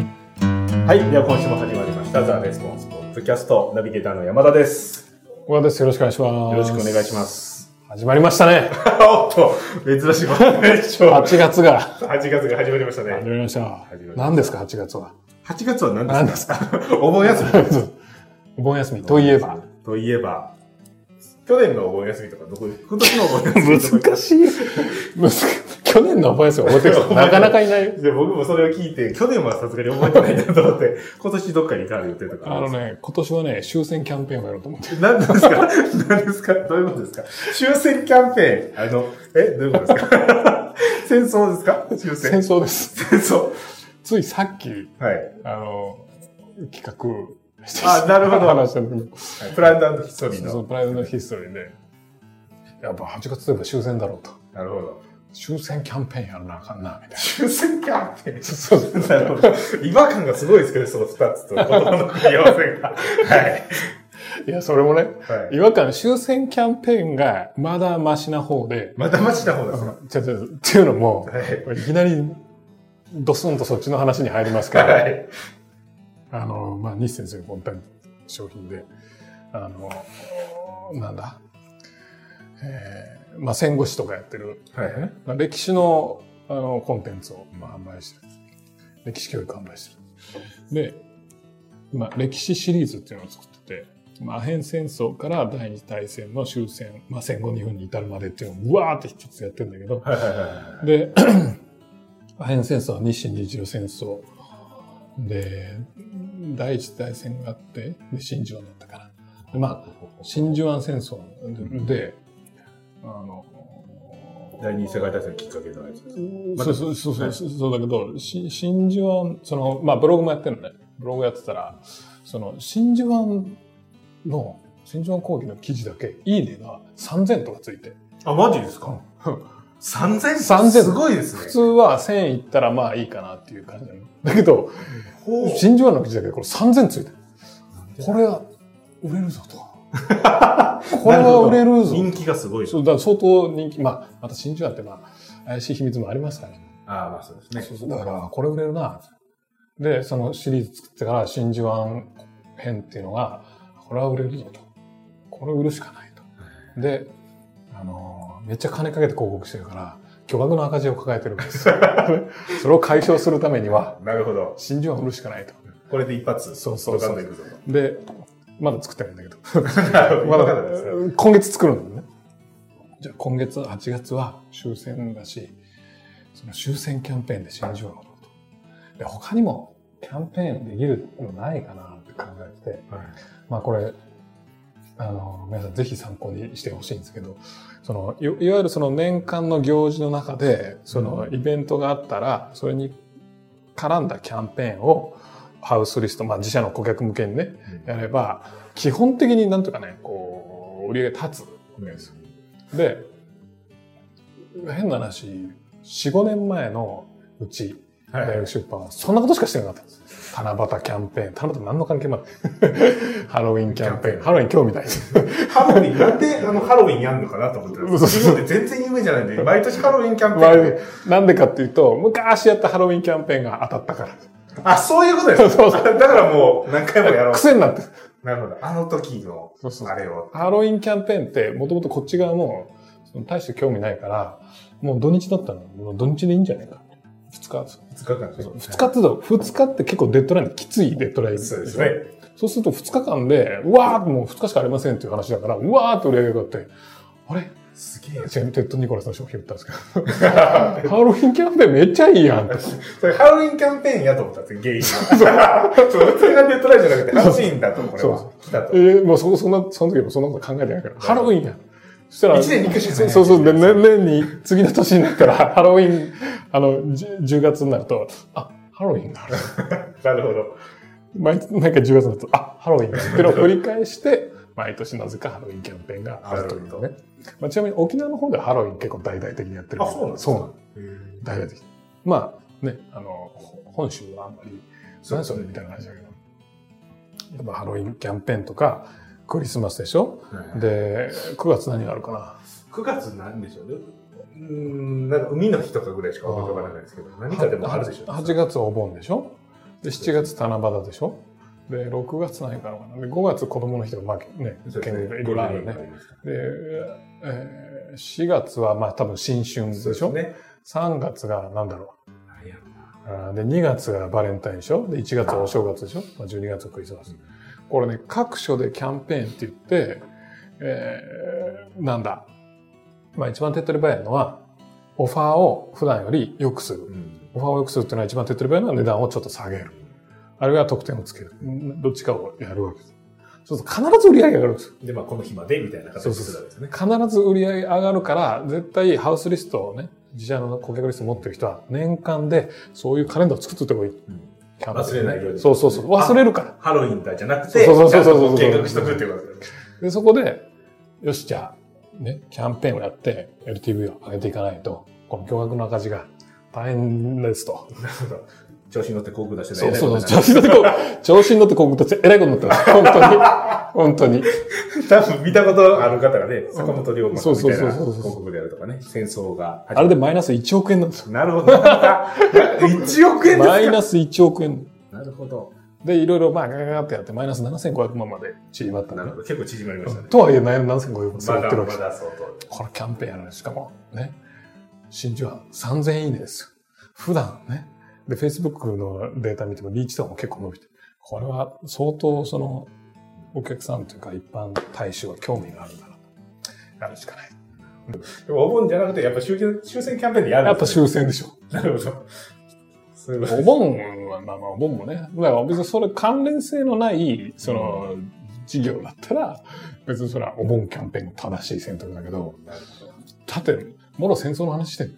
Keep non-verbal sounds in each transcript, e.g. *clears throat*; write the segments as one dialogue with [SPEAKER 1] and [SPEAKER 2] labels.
[SPEAKER 1] はい、では今週も始まりました、ザ・レスポンスポッドキャスト、ナビゲーターの山田です。
[SPEAKER 2] 小川です。よろしくお願いします。
[SPEAKER 1] よろしくお願いし
[SPEAKER 2] す。
[SPEAKER 1] ます。
[SPEAKER 2] 始まりましたね。
[SPEAKER 1] *laughs* おっと、珍しい番組で *laughs* しょう。8
[SPEAKER 2] 8月が
[SPEAKER 1] 月が始まりました
[SPEAKER 2] 始
[SPEAKER 1] ね。
[SPEAKER 2] まりました
[SPEAKER 1] りまし。た
[SPEAKER 2] 何ですか、8月は。 *laughs*
[SPEAKER 1] 8月は何ですか *laughs* お盆休み。
[SPEAKER 2] お盆休みといえば。。
[SPEAKER 1] *laughs* といえば、去年のお盆休みとか、どこ今年のお盆休みと *laughs* か。
[SPEAKER 2] しい。難しい *laughs* 去年のお盆休み覚えてる人、なかなかいないよ。
[SPEAKER 1] で僕もそれを聞いて、去年はさすがに覚えてないなと思 *laughs* って、今年どっかに行かれる予定とか
[SPEAKER 2] あ
[SPEAKER 1] ある
[SPEAKER 2] の
[SPEAKER 1] んです
[SPEAKER 2] ね、今年はね、終戦キャンペーンをやろうと思って。
[SPEAKER 1] 何ですか何ですかどういうことですか終戦キャンペーン。あの、えどういうことですか *laughs* 戦争ですか終
[SPEAKER 2] 戦
[SPEAKER 1] *laughs* 戦。
[SPEAKER 2] 争です。
[SPEAKER 1] 戦争。
[SPEAKER 2] ついさっき、
[SPEAKER 1] はい。
[SPEAKER 2] あの、企画して
[SPEAKER 1] あなるほど
[SPEAKER 2] 話した時
[SPEAKER 1] プランダンヒストリー
[SPEAKER 2] そうそ
[SPEAKER 1] の。
[SPEAKER 2] う、プライドのヒストリーで。やっぱ8月といえば終戦だろうと。
[SPEAKER 1] なるほど。
[SPEAKER 2] 終戦キャンペーンやらなあかんな、みたい
[SPEAKER 1] 終戦キャンペー
[SPEAKER 2] な。そうそう。
[SPEAKER 1] ン。なるほど。違和感がすごいですけど、その二つと言葉の組み合わせが。はい。
[SPEAKER 2] いや、それもね、
[SPEAKER 1] はい。
[SPEAKER 2] 違和感、終戦キャンペーンがまだマシな方で、
[SPEAKER 1] またマジな方ですか
[SPEAKER 2] ちょっと、っていうのも、
[SPEAKER 1] はい。
[SPEAKER 2] いきなりドスンとそっちの話に入りますから、
[SPEAKER 1] はい。
[SPEAKER 2] あの、まあ、西先生の本体の商品で、あの、なんだ、えー、まあ、戦後史とかやってる、
[SPEAKER 1] はい。
[SPEAKER 2] まあ、歴史のあのコンテンツを、まあ、販売してる。歴史教育販売してる。で、まあ、歴史シリーズっていうのを作ってて、まあ、アヘン戦争から第二次大戦の終戦、まあ、戦後日本に至るまでっていうのをうわーって一つやってるんだけど、
[SPEAKER 1] はいはいは
[SPEAKER 2] で、 *clears throat* アヘン戦争、日清二次郎戦争、で、第一次大戦があって、で、真珠湾だったから。で、まあ、真珠湾戦争で、あの、
[SPEAKER 1] い。第二次世界大戦のきっかけのやつです。まあ
[SPEAKER 2] そうそうそうそうそうそうだけど、し真珠湾、その、まあブログもやってるのね。ブログやってたら、その、真珠湾の、真珠湾攻撃の記事だけ、いいねが3000とかついて。
[SPEAKER 1] あ、マジですか
[SPEAKER 2] うん
[SPEAKER 1] 三千
[SPEAKER 2] 3000
[SPEAKER 1] すごいですね。
[SPEAKER 2] 普通は1000いったらまあいいかなっていう感じなの。だけど、
[SPEAKER 1] ほう
[SPEAKER 2] 真珠湾の記事だけこれ3000ついてる。これは売れる *laughs* ぞと。これは売れるぞ。
[SPEAKER 1] 人気がすごい
[SPEAKER 2] そう、だから相当人気。まあ、また真珠湾ってまあ、怪しい秘密もありますからね。
[SPEAKER 1] ああ、まあそうですね。
[SPEAKER 2] そうそうだから、これ売れるな。で、そのシリーズ作ってから、真珠湾編っていうのが、これは売れるぞと。これ売るしかないと。で、あのーめっちゃ金かけて広告してるから、巨額の赤字を抱えてるん *laughs* ですよ。それを解消するためには、
[SPEAKER 1] なるほど。
[SPEAKER 2] 真珠湾売るしかないと。
[SPEAKER 1] これで一発、
[SPEAKER 2] そうそうそう
[SPEAKER 1] ドカンといくぞ
[SPEAKER 2] で、まだ作ってないんだけど。
[SPEAKER 1] と。なるほど。
[SPEAKER 2] ま
[SPEAKER 1] ま
[SPEAKER 2] だ
[SPEAKER 1] だですね。
[SPEAKER 2] 今月作るんだよね。じゃあ今月8月は終戦だし、その終戦キャンペーンで真珠湾を取ると。で、他にもキャンペーンできるのないかなって考えてて、まあこれ、あの、皆さんぜひ参考にしてほしいんですけど、その、いいわゆるその年間の行事の中で、そのイベントがあったら、それに絡んだキャンペーンをハウスリスト、まあ自社の顧客向けにね、やれば、基本的になんとかね、こう、売り上げ立つわけですよ。で、変な話、4、5年前のうち、
[SPEAKER 1] はい
[SPEAKER 2] 大学出版はそんなことしかしてなかったんです。七夕キャンペーン、七夕何の関係もない。 *laughs* ハロウィンキャンペーン、ハロウィン今日みたいに。
[SPEAKER 1] ハロウィン、なんであのハロウィンやんのかなと思ってたんで
[SPEAKER 2] そう
[SPEAKER 1] す
[SPEAKER 2] そう
[SPEAKER 1] 日本で全然有名じゃないんで、毎年ハロウィンキャンペ
[SPEAKER 2] ま
[SPEAKER 1] ーンで。
[SPEAKER 2] あなんでかっていうと、昔やったハロウィンキャンペーンが当たったから。 *laughs*
[SPEAKER 1] あ、そういうことです。
[SPEAKER 2] そうそう
[SPEAKER 1] だからもう何回もやろう。
[SPEAKER 2] 癖になってる
[SPEAKER 1] なるほど。あの時の、
[SPEAKER 2] そうそう
[SPEAKER 1] あれを。
[SPEAKER 2] ハロウィンキャンペーンって、もともとこっち側も、その大して興味ないから、もう土日だったの。もう土日でいいんじゃないか。二日。
[SPEAKER 1] 2日間
[SPEAKER 2] そうそう二日って言うと、二日って結構デッドライン、きついデッドライン。
[SPEAKER 1] そうですね。。
[SPEAKER 2] そうすると二日間で、うわーってもう二日しかありませんっていう話だから、うわーって売り上げが上がって、あれ
[SPEAKER 1] すげえ。
[SPEAKER 2] ちなみにテッド・ニコラスの商品売ったんですけ
[SPEAKER 1] *laughs*
[SPEAKER 2] ど、ハロウィンキャンペーンめっちゃいいやんって。
[SPEAKER 1] それハロウィンキャンペーンやと思ったんですよ、ゲイそう。そう、それがデッドラインじゃなくて、ハロウィンだと、これは
[SPEAKER 2] そ。
[SPEAKER 1] 来たと
[SPEAKER 2] え。ー、もうそ、そんな、その時もそんなこと考えてないから、ハロウィンやん。そしたら、
[SPEAKER 1] 一年に一回しかない
[SPEAKER 2] そうそう、で、年々に、次の年になったら、ハロウィン、あの、じゅ 10, 月になると、あ、ハロウィンがある。
[SPEAKER 1] なるほど。
[SPEAKER 2] 毎なんか10月になると、あ、ハロウ
[SPEAKER 1] *laughs*
[SPEAKER 2] ィンがある。ってのを繰り返して、毎年なぜかハロウィンキャンペーンがあるという
[SPEAKER 1] な
[SPEAKER 2] ね。まあ、ちなみに沖縄の方ではハロウィン結構大々的にやってる
[SPEAKER 1] あそうなんですか
[SPEAKER 2] そうなの大々的に。まあ、ね、あの、ほ本州はあんまり、何それみたいな話だけど。やっぱハロウィンキャンペーンとか、クリスマスでしょ
[SPEAKER 1] で、
[SPEAKER 2] で、9月何があるかな
[SPEAKER 1] 9月なんでしょうね。うーん、なんか海の日とかぐらいしか思い浮かばないですけど、何かでもあるでしょう。
[SPEAKER 2] 8月はお盆でしょで、7月七夕でしょで、6月ないかなで、5月子供の日とか、まあね、
[SPEAKER 1] そうです
[SPEAKER 2] 県
[SPEAKER 1] ね
[SPEAKER 2] でいろいろあるね。
[SPEAKER 1] りますか
[SPEAKER 2] で、えー、4月はまあ多分新春でし
[SPEAKER 1] そうで
[SPEAKER 2] ょ
[SPEAKER 1] すね。
[SPEAKER 2] ?3 月がなんだろ
[SPEAKER 1] あや
[SPEAKER 2] うあーで、2月がバレンタインでしょで、1月はお正月でしょまあ ?12 月はクリスマス。これね、各所でキャンペーンって言って、えー、なんだ。まあ一番手っ取り早いのは、オファーを普段より良くする。
[SPEAKER 1] うん
[SPEAKER 2] オファーを良くするっていうのは一番手っ取り早いのは値段をちょっと下げる。あるいは得点をつける。どっちかをやるわけです。そうすると必ず売り上げが上がるんですよ
[SPEAKER 1] で、まあ、この日までみたいな形
[SPEAKER 2] そう
[SPEAKER 1] に
[SPEAKER 2] そう
[SPEAKER 1] す
[SPEAKER 2] そ
[SPEAKER 1] るわけですね。
[SPEAKER 2] 必ず売り上げ上がるから、絶対ハウスリストをね、自社の顧客リスト持ってる人は、年間でそういうカレンダーを作っといた方がいい。キャンペーン
[SPEAKER 1] 忘れないように
[SPEAKER 2] そうそうそう。忘れるから。
[SPEAKER 1] ハロウィンだじゃなくて、
[SPEAKER 2] そうそうそうそうそう
[SPEAKER 1] ちゃんと計画しとくってことですね。
[SPEAKER 2] で、そこで、よし、じゃあ、ね、キャンペーンをやって、LTV を上げていかないと、この巨額の赤字が大変ですと。
[SPEAKER 1] なるほど。調子に乗って航空出して
[SPEAKER 2] そうそうそう。
[SPEAKER 1] そう。
[SPEAKER 2] 調子に乗ってこう、調子に乗ってこう、えらいことになったんです本当に。本当に。
[SPEAKER 1] 多分見たことある方がね、坂本龍馬さんみたい
[SPEAKER 2] そう
[SPEAKER 1] な
[SPEAKER 2] そうそうそう
[SPEAKER 1] 広告であるとかね、戦争が。
[SPEAKER 2] あれでマイナス1億円なんですよ。
[SPEAKER 1] なるほど。1億
[SPEAKER 2] *laughs*
[SPEAKER 1] 円ですか
[SPEAKER 2] マイナス1億円。
[SPEAKER 1] なるほど。
[SPEAKER 2] で、いろいろ、まあ、ガガガってやって、マイナス7500万まで縮まった
[SPEAKER 1] な
[SPEAKER 2] の
[SPEAKER 1] るほ
[SPEAKER 2] ね
[SPEAKER 1] ど。結構縮まりましたね。
[SPEAKER 2] とはいえ、マイナス7500万下がってるわけ
[SPEAKER 1] ま
[SPEAKER 2] です。
[SPEAKER 1] だ相当。
[SPEAKER 2] これキャンペーンやるね。しかも、ね。真珠は3000いいねですよ。普段ね。で、Facebook のデータ見ても、リーチとかも結構伸びて。これは相当、その、お客さんというか一般大衆は興味があるんだな。やるしかない。
[SPEAKER 1] でもお盆じゃなくて、やっぱ終戦終戦キャンペーンでやる
[SPEAKER 2] や
[SPEAKER 1] ん
[SPEAKER 2] っ
[SPEAKER 1] で
[SPEAKER 2] ぱ
[SPEAKER 1] すね
[SPEAKER 2] 終戦 *laughs* でしょ。
[SPEAKER 1] なるほど。そういうこと
[SPEAKER 2] お盆は、まあまあお盆もね。だから別にそれ関連性のない、その、事業だったら、別にそれはお盆キャンペーンの正しい選択だけど、
[SPEAKER 1] なるほど
[SPEAKER 2] だって、もろ戦争の話してる。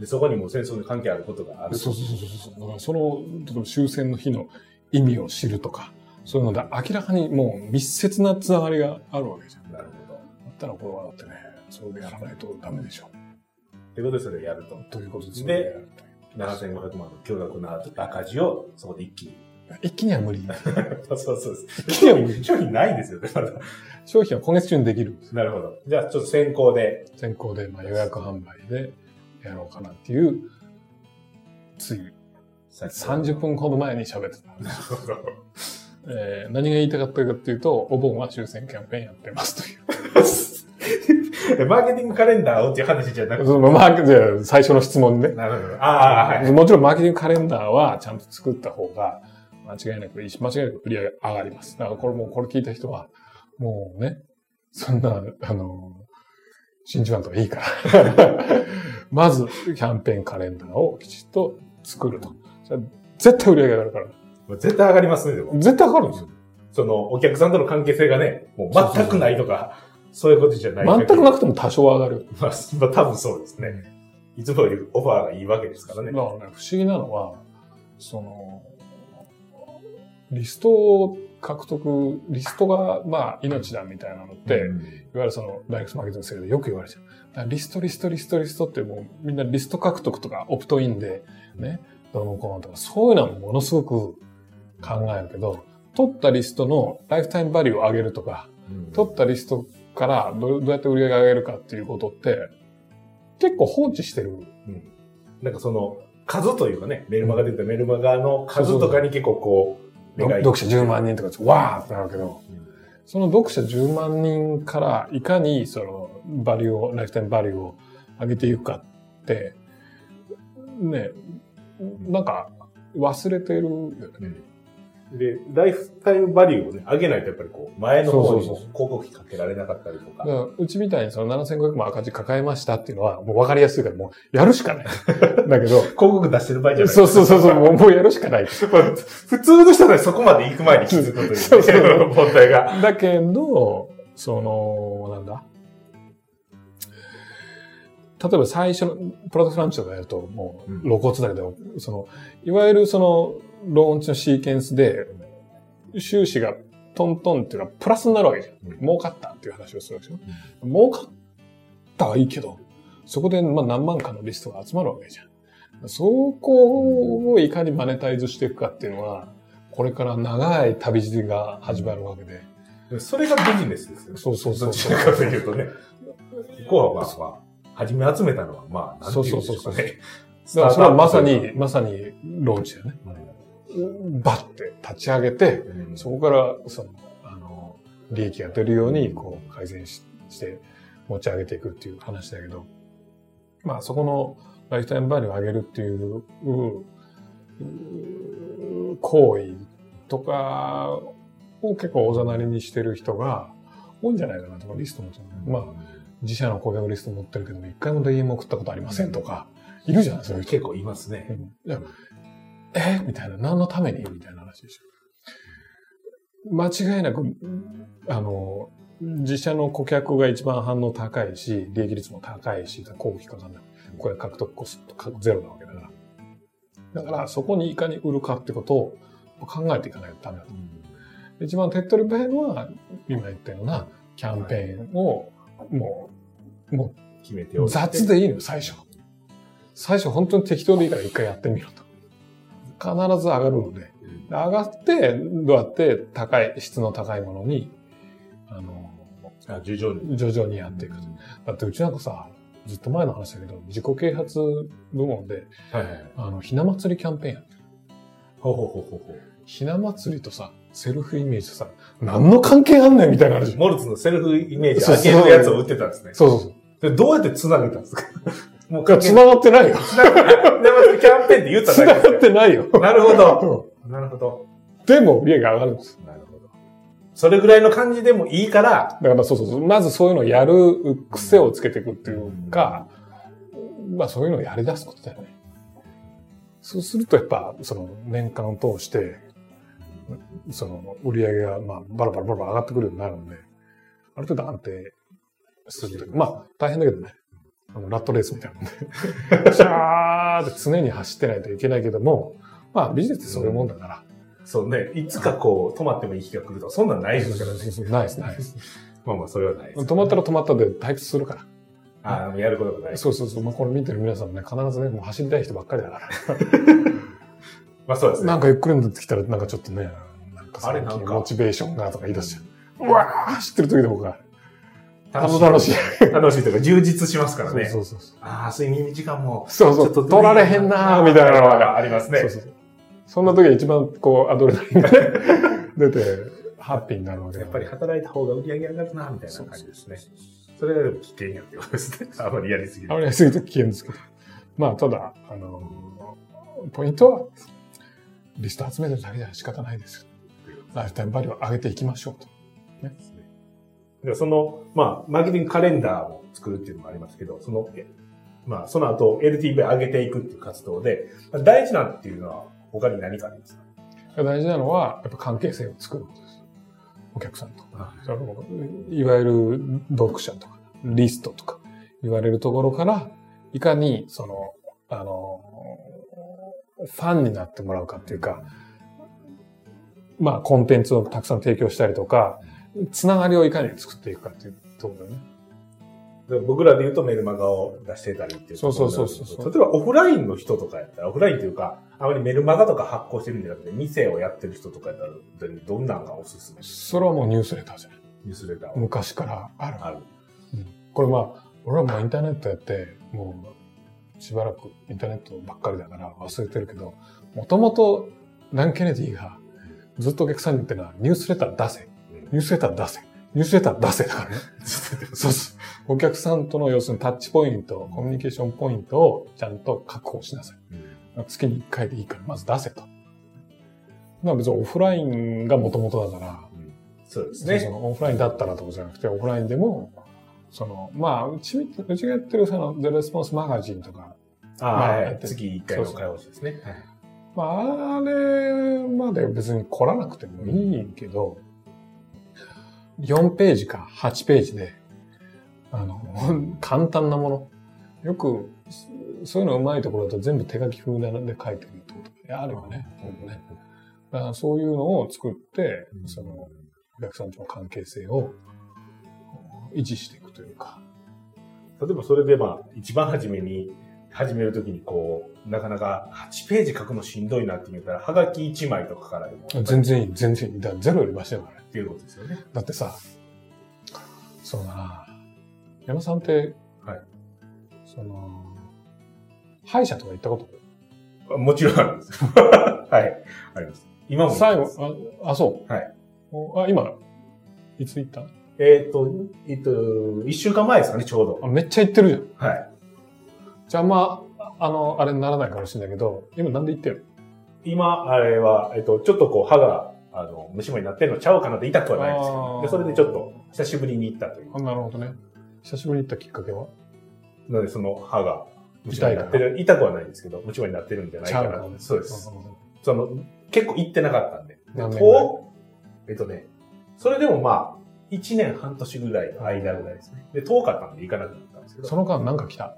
[SPEAKER 1] でそこにも戦争に関係あることがある。
[SPEAKER 2] そうそうそうそう。だからその、例えば終戦の日の意味を知るとか、そういうので明らかにもう密接なつながりがあるわけじゃん。
[SPEAKER 1] なるほど。
[SPEAKER 2] だったらこれはだってね、それでやらないとダメでしょ。
[SPEAKER 1] ということで、それをやると。
[SPEAKER 2] ということです
[SPEAKER 1] で
[SPEAKER 2] ね。
[SPEAKER 1] 7500万の巨額な赤字を、そこで一気に。
[SPEAKER 2] 一気には無理。
[SPEAKER 1] そうそうそうです。
[SPEAKER 2] 一気には無理。
[SPEAKER 1] 商品ないんですよね、まだ。
[SPEAKER 2] 商品は今月中にできる。
[SPEAKER 1] なるほど。じゃあ、ちょっと先行で。
[SPEAKER 2] 先行でまあ予約販売でやろうかなっていう、つい30分
[SPEAKER 1] *laughs*
[SPEAKER 2] ほど前に喋ってた。
[SPEAKER 1] なるほど。
[SPEAKER 2] えー何が言いたかったかっていうと、お盆は終戦キャンペーンやってますという。
[SPEAKER 1] マーケティングカレンダーをっていう話じゃなく
[SPEAKER 2] そのマーケじゃあ最初の質問
[SPEAKER 1] て。
[SPEAKER 2] ね。
[SPEAKER 1] なるほど。ああ、はい。
[SPEAKER 2] もちろんマーケティングカレンダーはちゃんと作った方が間違いなくいいし、間違いなく売り上げ上がります。だからこれもうこれ聞いた人は、もうね、そんな、あの、真珠湾とかいいから。 *laughs* まず、キャンペーンカレンダーをきちっと作ると。それ絶対売り上げ上がるから。
[SPEAKER 1] もう絶対上がりますね、でも。
[SPEAKER 2] 絶対上がるんですよ。
[SPEAKER 1] その、お客さんとの関係性がね、もう全くないとか、そういうことじゃない。
[SPEAKER 2] 全くなくても多少は上がる。
[SPEAKER 1] まあ、すまあ、多分そうですね。いつもよりオファーがいいわけですから
[SPEAKER 2] だからね、
[SPEAKER 1] ね
[SPEAKER 2] 不。思議なのは、その、リストを獲得、リストが、まあ、命だみたいなのって、いわゆるその、ダイレクトマーケティングセールでよく言われちゃう。だからリスト、リスト、リスト、リストってもう、みんなリスト獲得とか、オプトインで、ね、どうのこうのとか、そういうのはものすごく考えるけど、取ったリストのライフタイムバリューを上げるとか、
[SPEAKER 1] うん
[SPEAKER 2] 取ったリストからどうどうやって売り上げ上げるかっていうことって、結構放置してる。
[SPEAKER 1] うんなんかその、数というかね、メルマガで言ったメルマガの数とかに結構こう、目がい
[SPEAKER 2] 読者10万人とか、わーってなるけど、
[SPEAKER 1] うん
[SPEAKER 2] その読者10万人からいかにそのバリューを、ライフタイムバリューを上げていくかって、ね、なんか忘れてるよね。
[SPEAKER 1] で、ライフタイムバリューをね、上げないとやっぱりこう、前の方に
[SPEAKER 2] そう
[SPEAKER 1] も
[SPEAKER 2] そう
[SPEAKER 1] 広告費かけられなかったりと
[SPEAKER 2] だ
[SPEAKER 1] か
[SPEAKER 2] か。らうちみたいにその7500万赤字抱えましたっていうのはもう分かりやすいからもうやるしかない。
[SPEAKER 1] *laughs*
[SPEAKER 2] だけど、
[SPEAKER 1] 広告出してる場合じゃない。
[SPEAKER 2] そうそうそうそう、もうもうやるしかない。
[SPEAKER 1] やっぱ普通の人ならそこまで行く前に気づくというね、
[SPEAKER 2] そうそうそ
[SPEAKER 1] *laughs*
[SPEAKER 2] う
[SPEAKER 1] 問題が。
[SPEAKER 2] だけど、その、なんだ。例えば最初のプロダクトランチとかやると、もう
[SPEAKER 1] うん
[SPEAKER 2] 露骨だけど、その、いわゆるその、ローンチのシーケンスで、収支がトントンっていうのはプラスになるわけじゃん。
[SPEAKER 1] うん
[SPEAKER 2] 儲かったっていう話をするわけでしょ。儲かったはいいけど、そこでまあ何万かのリストが集まるわけじゃん。そこをいかにマネタイズしていくかっていうのは、これから長い旅路が始まるわけで、
[SPEAKER 1] それがビジネスですよ。
[SPEAKER 2] そうそうそう
[SPEAKER 1] どちらかというとね。ここはまあまあ、初め集めたのはまあ、なんていうんでしょうかね。
[SPEAKER 2] だからそれはまさに、まさにローンチだよね。
[SPEAKER 1] うん。
[SPEAKER 2] バッて立ち上げて、
[SPEAKER 1] うん
[SPEAKER 2] そこから、その、あの、利益が出るように、こう、改善しして、持ち上げていくっていう話だけど、まあ、そこのライフタイムバリューを上げるっていう、うう行為とかを結構おざなりにしてる人が多いんじゃないかなとか、リスト持ってる。まあ、自社の顧客リスト持ってるけども、一回も DM 送ったことありませんとか、いるじゃない、そういう人。
[SPEAKER 1] 結構いますね。
[SPEAKER 2] いやえみたいな。何のためにみたいな話でしょ。間違いなく、あの、自社の顧客が一番反応高いし、利益率も高いし、高費かかんない。これ獲得コストかゼロなわけだから。だから、そこにいかに売るかってことを考えていかないとダメだと。一番手っ取り早いのは、今言ったようなキャンペーンを、もう、もう
[SPEAKER 1] 決めておいて
[SPEAKER 2] 雑でいいのよ、最初。最初本当に適当でいいから一回やってみろと。必ず上がるので。で
[SPEAKER 1] うん
[SPEAKER 2] 上がって、どうやって高い、質の高いものに、あの、
[SPEAKER 1] あ徐々に。
[SPEAKER 2] 徐々にやっていくと。だってうちなんかさ、ずっと前の話だけど、自己啓発部門で、
[SPEAKER 1] はいはいはい。
[SPEAKER 2] あの、ひな祭りキャンペーンやってる
[SPEAKER 1] ほうほうほうほうほう。
[SPEAKER 2] ひな祭りとさ、セルフイメージとさ、何の関係あんねんみたいな話。
[SPEAKER 1] モルツのセルフイメージ上げるやつを売ってたんですね。
[SPEAKER 2] そうそうそう。
[SPEAKER 1] で、どうやって繋げたんですかもう
[SPEAKER 2] だから
[SPEAKER 1] 繋
[SPEAKER 2] 繋がってないよ。
[SPEAKER 1] げて、キャンペーンって言った
[SPEAKER 2] 繋
[SPEAKER 1] だけ
[SPEAKER 2] が
[SPEAKER 1] で
[SPEAKER 2] っ
[SPEAKER 1] す
[SPEAKER 2] てないよ。
[SPEAKER 1] よ。なるほど。なるほど。
[SPEAKER 2] でも、利益が上がるんです。
[SPEAKER 1] なるほど。それぐらいの感じでもいいから、
[SPEAKER 2] だからそうそうそう、まずそういうのをやる癖をつけていくっていうか、まあそういうのをやり出すことだよね。そうするとやっぱ、その年間を通して、その売り上げがまあバラバラバラバラ上がってくるようになるんで、ある程度安定するというかまあ大変だけどね。あの、ラットレースみたいなもんで。シャーって常に走ってないといけないけども、まあビジネスってそういうもんだから。
[SPEAKER 1] そうね、いつかこう、止まってもいい日が来るとか、そんなんないですからね。
[SPEAKER 2] ないです、ないです。
[SPEAKER 1] *laughs* まあまあ、それはないです。
[SPEAKER 2] 止まったら止まったで退屈するから。
[SPEAKER 1] ああ、やることがない。
[SPEAKER 2] そうそうそう、まあ、これ見てる皆さんもね、必ずね、もう走りたい人ばっかりだから。
[SPEAKER 1] まあそうですね。
[SPEAKER 2] なんかゆっくりになってきたら、なんかちょっとね、なんか
[SPEAKER 1] あれな
[SPEAKER 2] 最
[SPEAKER 1] んか
[SPEAKER 2] 近モチベーションがとか言い出しちゃう。うわー走ってる時で僕が、楽しい。
[SPEAKER 1] 楽しい。楽しいというか、充実しますからね。
[SPEAKER 2] そうそうそう。
[SPEAKER 1] ああ、睡眠時間も。
[SPEAKER 2] そうそう、取られへんなーみたいなのが。
[SPEAKER 1] があります
[SPEAKER 2] そ
[SPEAKER 1] ね
[SPEAKER 2] う。そうそう。そんな時が一番こう、アドレナリンがね、 *laughs* 出て、ハッピーになるわけ
[SPEAKER 1] やっ
[SPEAKER 2] だか
[SPEAKER 1] ぱ
[SPEAKER 2] ら
[SPEAKER 1] り働いた方が売り上げ上がるな、みたいな感じですね。それがでも危険やってことですね。 *laughs* あまりやりすぎ
[SPEAKER 2] あ
[SPEAKER 1] る。
[SPEAKER 2] まりやりすぎると危険ですけど。まあ、ただ、あのーポイントは、リスト集めてるだけじゃ仕方ないですよ。ライフタイムバリューを上げていきましょうと。
[SPEAKER 1] でその、まあ、マーケティングカレンダーを作るっていうのもありますけど、その、えまあ、その後、LTV 上げていくっていう活動で、まあ大事なっていうのは、他に何かありますか
[SPEAKER 2] 大事なのは、やっぱ関係性を作ることです。お客さんと。
[SPEAKER 1] はい
[SPEAKER 2] そのいわゆる読者とか、リストとか言われるところから、いかに、その、あの、ファンになってもらうかっていうか、まあ、コンテンツをたくさん提供したりとか、つながりをいかに作っていくかっていうところだよね。
[SPEAKER 1] で僕らで言うとメルマガを出してたりっていうところになるんですけど。
[SPEAKER 2] そうそうそうそう
[SPEAKER 1] 例えばオフラインの人とかやったら、オフラインというか、あまりメルマガとか発行してるんじゃなくて、店をやってる人とかやったら、どんなんがおすすめ
[SPEAKER 2] それはもうニュースレターじゃない。
[SPEAKER 1] ニュースレターを
[SPEAKER 2] 昔からある。
[SPEAKER 1] ある。
[SPEAKER 2] これまあ、俺はもうインターネットやって、もうしばらくインターネットばっかりだから忘れてるけど、もともとラン・ケネディがずっとお客さんに言ってるのはニュースレター出せ。ニュースレター出せ。ニュースレター出せだからね。そうそう。お客さんとの要するにタッチポイント、コミュニケーションポイントをちゃんと確保しなさい。月に1回でいいからまず出せと。まあ別にオフラインがもともとだから、
[SPEAKER 1] そうです
[SPEAKER 2] そ
[SPEAKER 1] ね。
[SPEAKER 2] のオフラインだったらとかじゃなくて、オフラインでも、その、まあ、うち、うちがやってるその、ゼロレスポンスマガジンとか、
[SPEAKER 1] ああ
[SPEAKER 2] まあ
[SPEAKER 1] はい月1回の会話ですね。
[SPEAKER 2] まあ、あれまで別に来らなくてもいいけど、4ページか8ページで、あの、 *laughs* 簡単なもの。よく、そそういうのうまいところだと全部手書き風なので書いてるってことがあるよね。ねだからそういうのを作って、その、お客さんとの関係性を維持していくというか。
[SPEAKER 1] 例えばそれでまあ、一番初めに、始めるときにこう、なかなか8ページ書くのしんどいなって言ったら、はがき1枚とかからでも。
[SPEAKER 2] 全然いい、全然いい。だからゼロよりマシだからね。
[SPEAKER 1] っていうことですよね。
[SPEAKER 2] だってさ、そうだな山さんって、
[SPEAKER 1] はい
[SPEAKER 2] その、歯医者とか行ったこと
[SPEAKER 1] もちろんあるんです *laughs* よ。はい。あります。今も。
[SPEAKER 2] 最後。、あ、あ、そう。
[SPEAKER 1] はい
[SPEAKER 2] お。あ、今、いつ行った
[SPEAKER 1] えっ、と、えっ、と、一週間前ですかね、ちょう
[SPEAKER 2] あ、
[SPEAKER 1] ど。
[SPEAKER 2] めっちゃ行ってるじゃん。
[SPEAKER 1] はい。
[SPEAKER 2] じゃあ、まあ、あの、あれにならないかもしれないけど、今なんで行ってる
[SPEAKER 1] 今、あれは、えっ、と、ちょっとこう、歯が、あの、虫歯になってるのちゃうかなって痛くはないんですけ
[SPEAKER 2] あ
[SPEAKER 1] ど、
[SPEAKER 2] ー
[SPEAKER 1] でそれでちょっと、久しぶりに行ったという
[SPEAKER 2] あ、。なるほどね。久しぶりに行ったきっかけは
[SPEAKER 1] なので、その歯が、虫歯になってる、痛くはないんですけど、虫歯になってるんじゃないか
[SPEAKER 2] ちゃう
[SPEAKER 1] な
[SPEAKER 2] かな。
[SPEAKER 1] そうです。その、結構行ってなかったんで。
[SPEAKER 2] 何年ぐらい
[SPEAKER 1] と、えっとね、それでもまあ、1年半年ぐらいの間ぐらいですね。で、遠かったんで行かなくなったんですけど、
[SPEAKER 2] その間なんか来た。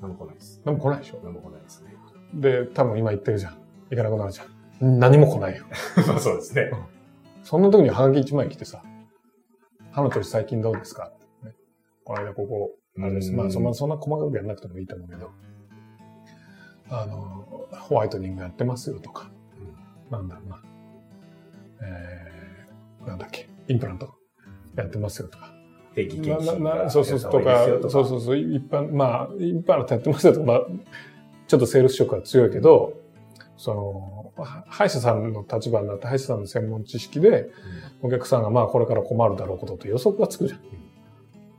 [SPEAKER 1] 何も来ないです。
[SPEAKER 2] 何も来ないでしょ。
[SPEAKER 1] 何も来ないですね。 *laughs*
[SPEAKER 2] で、多分今行ってるじゃん。行かなくなるじゃん。何も来ないよ。
[SPEAKER 1] まあそうですね。
[SPEAKER 2] そんな時にハガキ一枚来てさ、歯の調子最近どうですかってねこの間ここ、あれです。まあそんな、そんな細かくやんなくてもいいと思うけど、あの、ホワイトニングやってますよとか、なんだろうな、えー、なんだっけ、インプラントやってますよとか、
[SPEAKER 1] 定期検
[SPEAKER 2] な
[SPEAKER 1] 診
[SPEAKER 2] な
[SPEAKER 1] が
[SPEAKER 2] なそうそう
[SPEAKER 1] や
[SPEAKER 2] そう
[SPEAKER 1] った方
[SPEAKER 2] と
[SPEAKER 1] がいい
[SPEAKER 2] か
[SPEAKER 1] ですよと、か
[SPEAKER 2] そうそうそう、一般、まあ、一般のやってますよとか、まあ、ちょっとセールス色は強いけど、その、は歯医者さんの立場になって、歯医者さんの専門知識で、お客さんがまあこれから困るだろうことって予測がつくじゃん。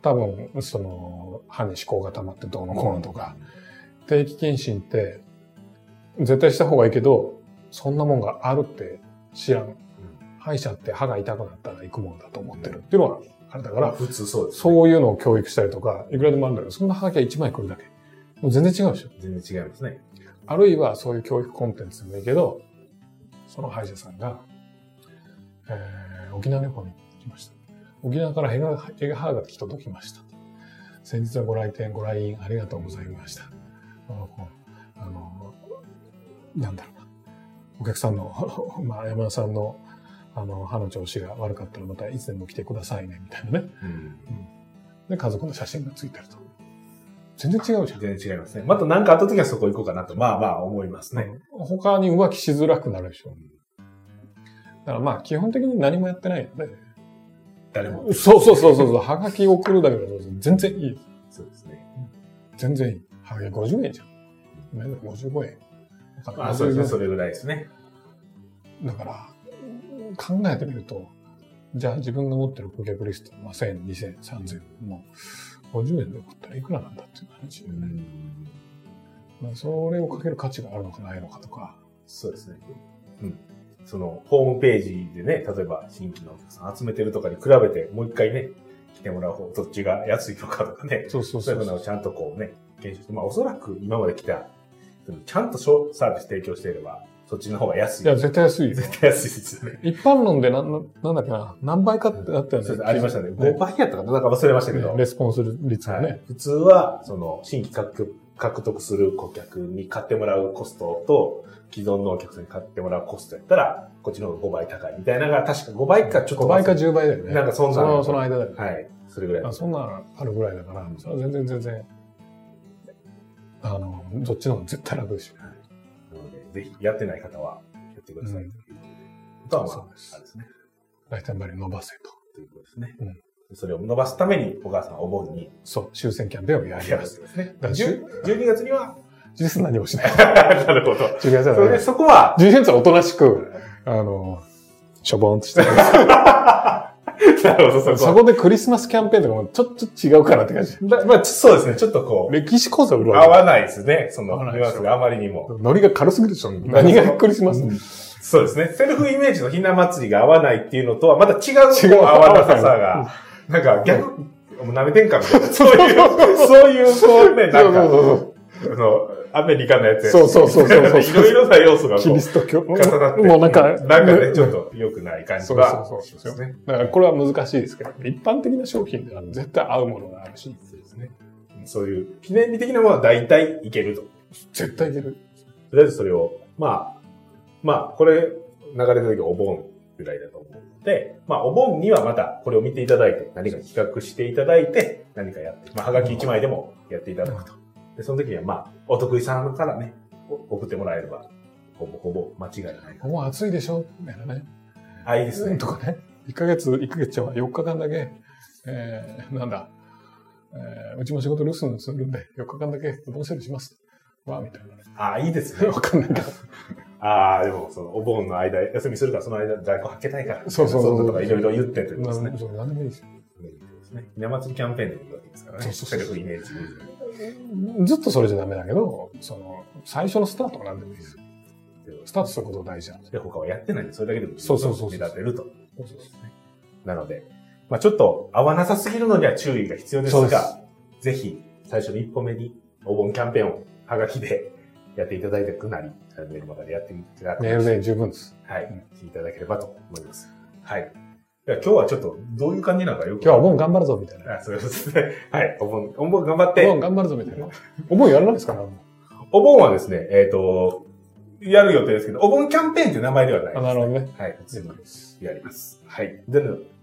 [SPEAKER 2] 多分、その、歯に思考が溜まってどうのこうのとか、定期検診って、絶対した方がいいけど、そんなもんがあるって知らん。歯医者って歯が痛くなったら行くもんだと思ってるっていうのがあれだか
[SPEAKER 1] まあ
[SPEAKER 2] ら、
[SPEAKER 1] 普通そうですね、
[SPEAKER 2] そういうのを教育したりとか、いくらでもあるんだけど、そんなハガキは1枚来るだけ。もう全然違うでしょ。
[SPEAKER 1] 全然違いますね。
[SPEAKER 2] あるいはそういう教育コンテンツでもいいけど、その歯医者さんが、えー沖縄旅行に来ました。沖縄からヘガヘガハーガキ届きました。先日はご来店、ご来院ありがとうございました。あの、こうあのなんだろうな。お客さんの、 *laughs* まあ、山田さんの、あの、歯の調子が悪かったらまたいつでも来てくださいね、みたいなね。
[SPEAKER 1] うん
[SPEAKER 2] で、家族の写真がついてると。全然違うじゃん。
[SPEAKER 1] 全然違いますね。また何かあった時はそこ行こうかなと、まあまあ思いますね。
[SPEAKER 2] 他に浮気しづらくなるでしょ。だからまあ基本的に何もやってないので。
[SPEAKER 1] 誰も。
[SPEAKER 2] そうそうそうそうそう。はがき送るだけだと全然いい。
[SPEAKER 1] そうですね。
[SPEAKER 2] 全然いい。はがき50円じゃん。ごめん55円。
[SPEAKER 1] あ、そうですね。
[SPEAKER 2] 55
[SPEAKER 1] それぐらいですね。
[SPEAKER 2] 円だから、考えてみると、じゃあ自分が持ってる顧客リスト、まあ、1000円、2000円、3000円、もう50円で送ったらいくらなんだっていう話、
[SPEAKER 1] うん
[SPEAKER 2] まあそれをかける価値があるのかないのかとか、
[SPEAKER 1] そうですね。うん。その、ホームページでね、例えば新規のお客さん集めてるとかに比べて、もう一回ね、来てもらう方、どっちが安いのかとかね、
[SPEAKER 2] そうそう
[SPEAKER 1] そ
[SPEAKER 2] そう
[SPEAKER 1] いう
[SPEAKER 2] う
[SPEAKER 1] ふうなのをちゃんとこうね、検証して、まあおそらく今まで来た、ちゃんとショーサービス提供していれば、そっちの方が安い。
[SPEAKER 2] いや、絶対安いよ。
[SPEAKER 1] 絶対安いですよね。
[SPEAKER 2] 一般論でな、ななんだっけな、何倍かってあった
[SPEAKER 1] そう
[SPEAKER 2] よ
[SPEAKER 1] です
[SPEAKER 2] ね。
[SPEAKER 1] ありましたね。
[SPEAKER 2] ね
[SPEAKER 1] 5倍やったかななんか忘れましたけど。
[SPEAKER 2] ねレスポンス率がね。
[SPEAKER 1] はい、普通は、その、新規獲獲得する顧客に買ってもらうコストと、既存のお客さんに買ってもらうコストやったら、こっちの方が5倍高いみたいなのが、確か5倍かちょっと
[SPEAKER 2] 5
[SPEAKER 1] 忘れ
[SPEAKER 2] 倍
[SPEAKER 1] た。
[SPEAKER 2] か10倍だよね。
[SPEAKER 1] なんかそんな
[SPEAKER 2] そのその間だよね。
[SPEAKER 1] はい。それぐらい
[SPEAKER 2] あ
[SPEAKER 1] です。
[SPEAKER 2] そんなのあるぐらいだから、それは全然全然、あの、どっちの方が絶対楽でしょ。
[SPEAKER 1] なので、ぜひ、やってない方は、やってください。
[SPEAKER 2] うん
[SPEAKER 1] あとは、ま
[SPEAKER 2] そ
[SPEAKER 1] あ
[SPEAKER 2] うで、す
[SPEAKER 1] あれですね。
[SPEAKER 2] ライフタイムバリュー伸ばせと。
[SPEAKER 1] ということですね。
[SPEAKER 2] うん
[SPEAKER 1] それを伸ばすために、お母さんはお盆に
[SPEAKER 2] そう、終戦キャンペーンをやり
[SPEAKER 1] やる
[SPEAKER 2] ま
[SPEAKER 1] わ
[SPEAKER 2] す。
[SPEAKER 1] けですね。
[SPEAKER 2] だから
[SPEAKER 1] 10 12月には、
[SPEAKER 2] 実質何もしない。
[SPEAKER 1] *laughs* なるほど。
[SPEAKER 2] 10
[SPEAKER 1] *laughs*
[SPEAKER 2] 月
[SPEAKER 1] そ
[SPEAKER 2] は
[SPEAKER 1] れで、
[SPEAKER 2] ね、
[SPEAKER 1] そこは、
[SPEAKER 2] 10月はおとなしく、あの、しょぼん
[SPEAKER 1] *laughs*
[SPEAKER 2] としてる。
[SPEAKER 1] *laughs* なるほど、そ
[SPEAKER 2] そ
[SPEAKER 1] こ
[SPEAKER 2] こでクリスマスキャンペーンとかもちょっと違うからって感じ。
[SPEAKER 1] は。だまあ、ちょそうですね。ちょっとこう、
[SPEAKER 2] 歴史講座売る
[SPEAKER 1] 合
[SPEAKER 2] わ
[SPEAKER 1] わないですね。そ
[SPEAKER 2] 合わ
[SPEAKER 1] の、
[SPEAKER 2] な
[SPEAKER 1] ニ
[SPEAKER 2] いで
[SPEAKER 1] ュア
[SPEAKER 2] しょ
[SPEAKER 1] ンスがあまりにも。
[SPEAKER 2] け。ノリが軽すぎるでしょ。何がクリスマス
[SPEAKER 1] そうですね。セルフイメージのひな祭りが合わないっていうのとは、また違う
[SPEAKER 2] 違
[SPEAKER 1] 合
[SPEAKER 2] う
[SPEAKER 1] わなさが、なんか逆、もう舐めてんかみたいな。そういう、そういう、そうね、なんか、
[SPEAKER 2] そう
[SPEAKER 1] あの、アメリカのやつや
[SPEAKER 2] そうそうそうそうそう
[SPEAKER 1] いろいろな要素がこ
[SPEAKER 2] キリ
[SPEAKER 1] う
[SPEAKER 2] スト教。も
[SPEAKER 1] 重なって、
[SPEAKER 2] うなんか、
[SPEAKER 1] なんかね、ちょっと良くない感じ
[SPEAKER 2] そうそ
[SPEAKER 1] が
[SPEAKER 2] うそう
[SPEAKER 1] し
[SPEAKER 2] そう
[SPEAKER 1] ますね。
[SPEAKER 2] だからこれは難しいですけど、一般的な商品では絶対合うものがあるし、
[SPEAKER 1] そうですね。そういう、記念日的なものは大体いけると。
[SPEAKER 2] 絶対いける。
[SPEAKER 1] とりあえずそれを、まあ、まあ、これ、流れた時はお盆ぐらいだと思うので、まあ、お盆にはまたこれを見ていただいて、何か企画していただいて、何かやって、まあ、はがき1枚でもやっていただくと。で、その時には、まあ、お得意さんからね、お送ってもらえれば、ほぼほぼ間違いないかな。
[SPEAKER 2] もう暑いでしょみたいなね。
[SPEAKER 1] あ、いいですね。
[SPEAKER 2] とかね。1ヶ月、1ヶ月じゃ4日間だけ、えー、なんだ、えー、うちも仕事留守にするんで、4日間だけお盆処理します。わ、みたい
[SPEAKER 1] ああ、いいですね。
[SPEAKER 2] な。わかんないから。
[SPEAKER 1] ああ、でも、その、お盆の間、休みするから、その間、在庫開けたいから。
[SPEAKER 2] そうそうそう
[SPEAKER 1] そんなとか、いろいろ言ってってことです
[SPEAKER 2] な
[SPEAKER 1] ね。
[SPEAKER 2] そうなんでもいいですよ。
[SPEAKER 1] 稲祭りキャンペーンで行くわけですからね。
[SPEAKER 2] そうそうそう
[SPEAKER 1] せっかくイメージ。
[SPEAKER 2] ずっとそれじゃダメだけど、その、最初のスタートは何でもいいですよ。スタートすることが大事なんで。
[SPEAKER 1] で、他はやってないんで、それだけでも、
[SPEAKER 2] そうそうそう
[SPEAKER 1] 目立てると。
[SPEAKER 2] そうそうそ
[SPEAKER 1] なので、まあちょっと合わなさすぎるのには注意が必要です
[SPEAKER 2] そうで
[SPEAKER 1] が、ぜひ最初の一歩目にお盆キャンペーンをハガキでやっていただいてくなり、メールまでやってみてくだ
[SPEAKER 2] う
[SPEAKER 1] さい。
[SPEAKER 2] メールで十分です。
[SPEAKER 1] はい、
[SPEAKER 2] うん
[SPEAKER 1] していただければと思います。はい。では今日はちょっとどういう感じなのかよく
[SPEAKER 2] 今日はお盆頑張るぞ、みたいな。
[SPEAKER 1] あそういうことですね。はい。お盆、お盆頑張っ
[SPEAKER 2] お盆
[SPEAKER 1] て。
[SPEAKER 2] 頑張るぞ、みたいな。お盆やらないですから、も
[SPEAKER 1] お盆はですね、えっ、と、やる予定ですけど、お盆キャンペーンという名前ではないで
[SPEAKER 2] う。あ
[SPEAKER 1] す、
[SPEAKER 2] なるほどね。
[SPEAKER 1] はい。全部やります。はい。で、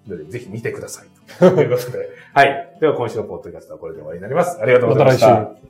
[SPEAKER 1] でぜ *laughs* ひ見てください。ということで。はい。では今週のポッドキャストはこれで終わりになります。ありがとうございました。
[SPEAKER 2] また来週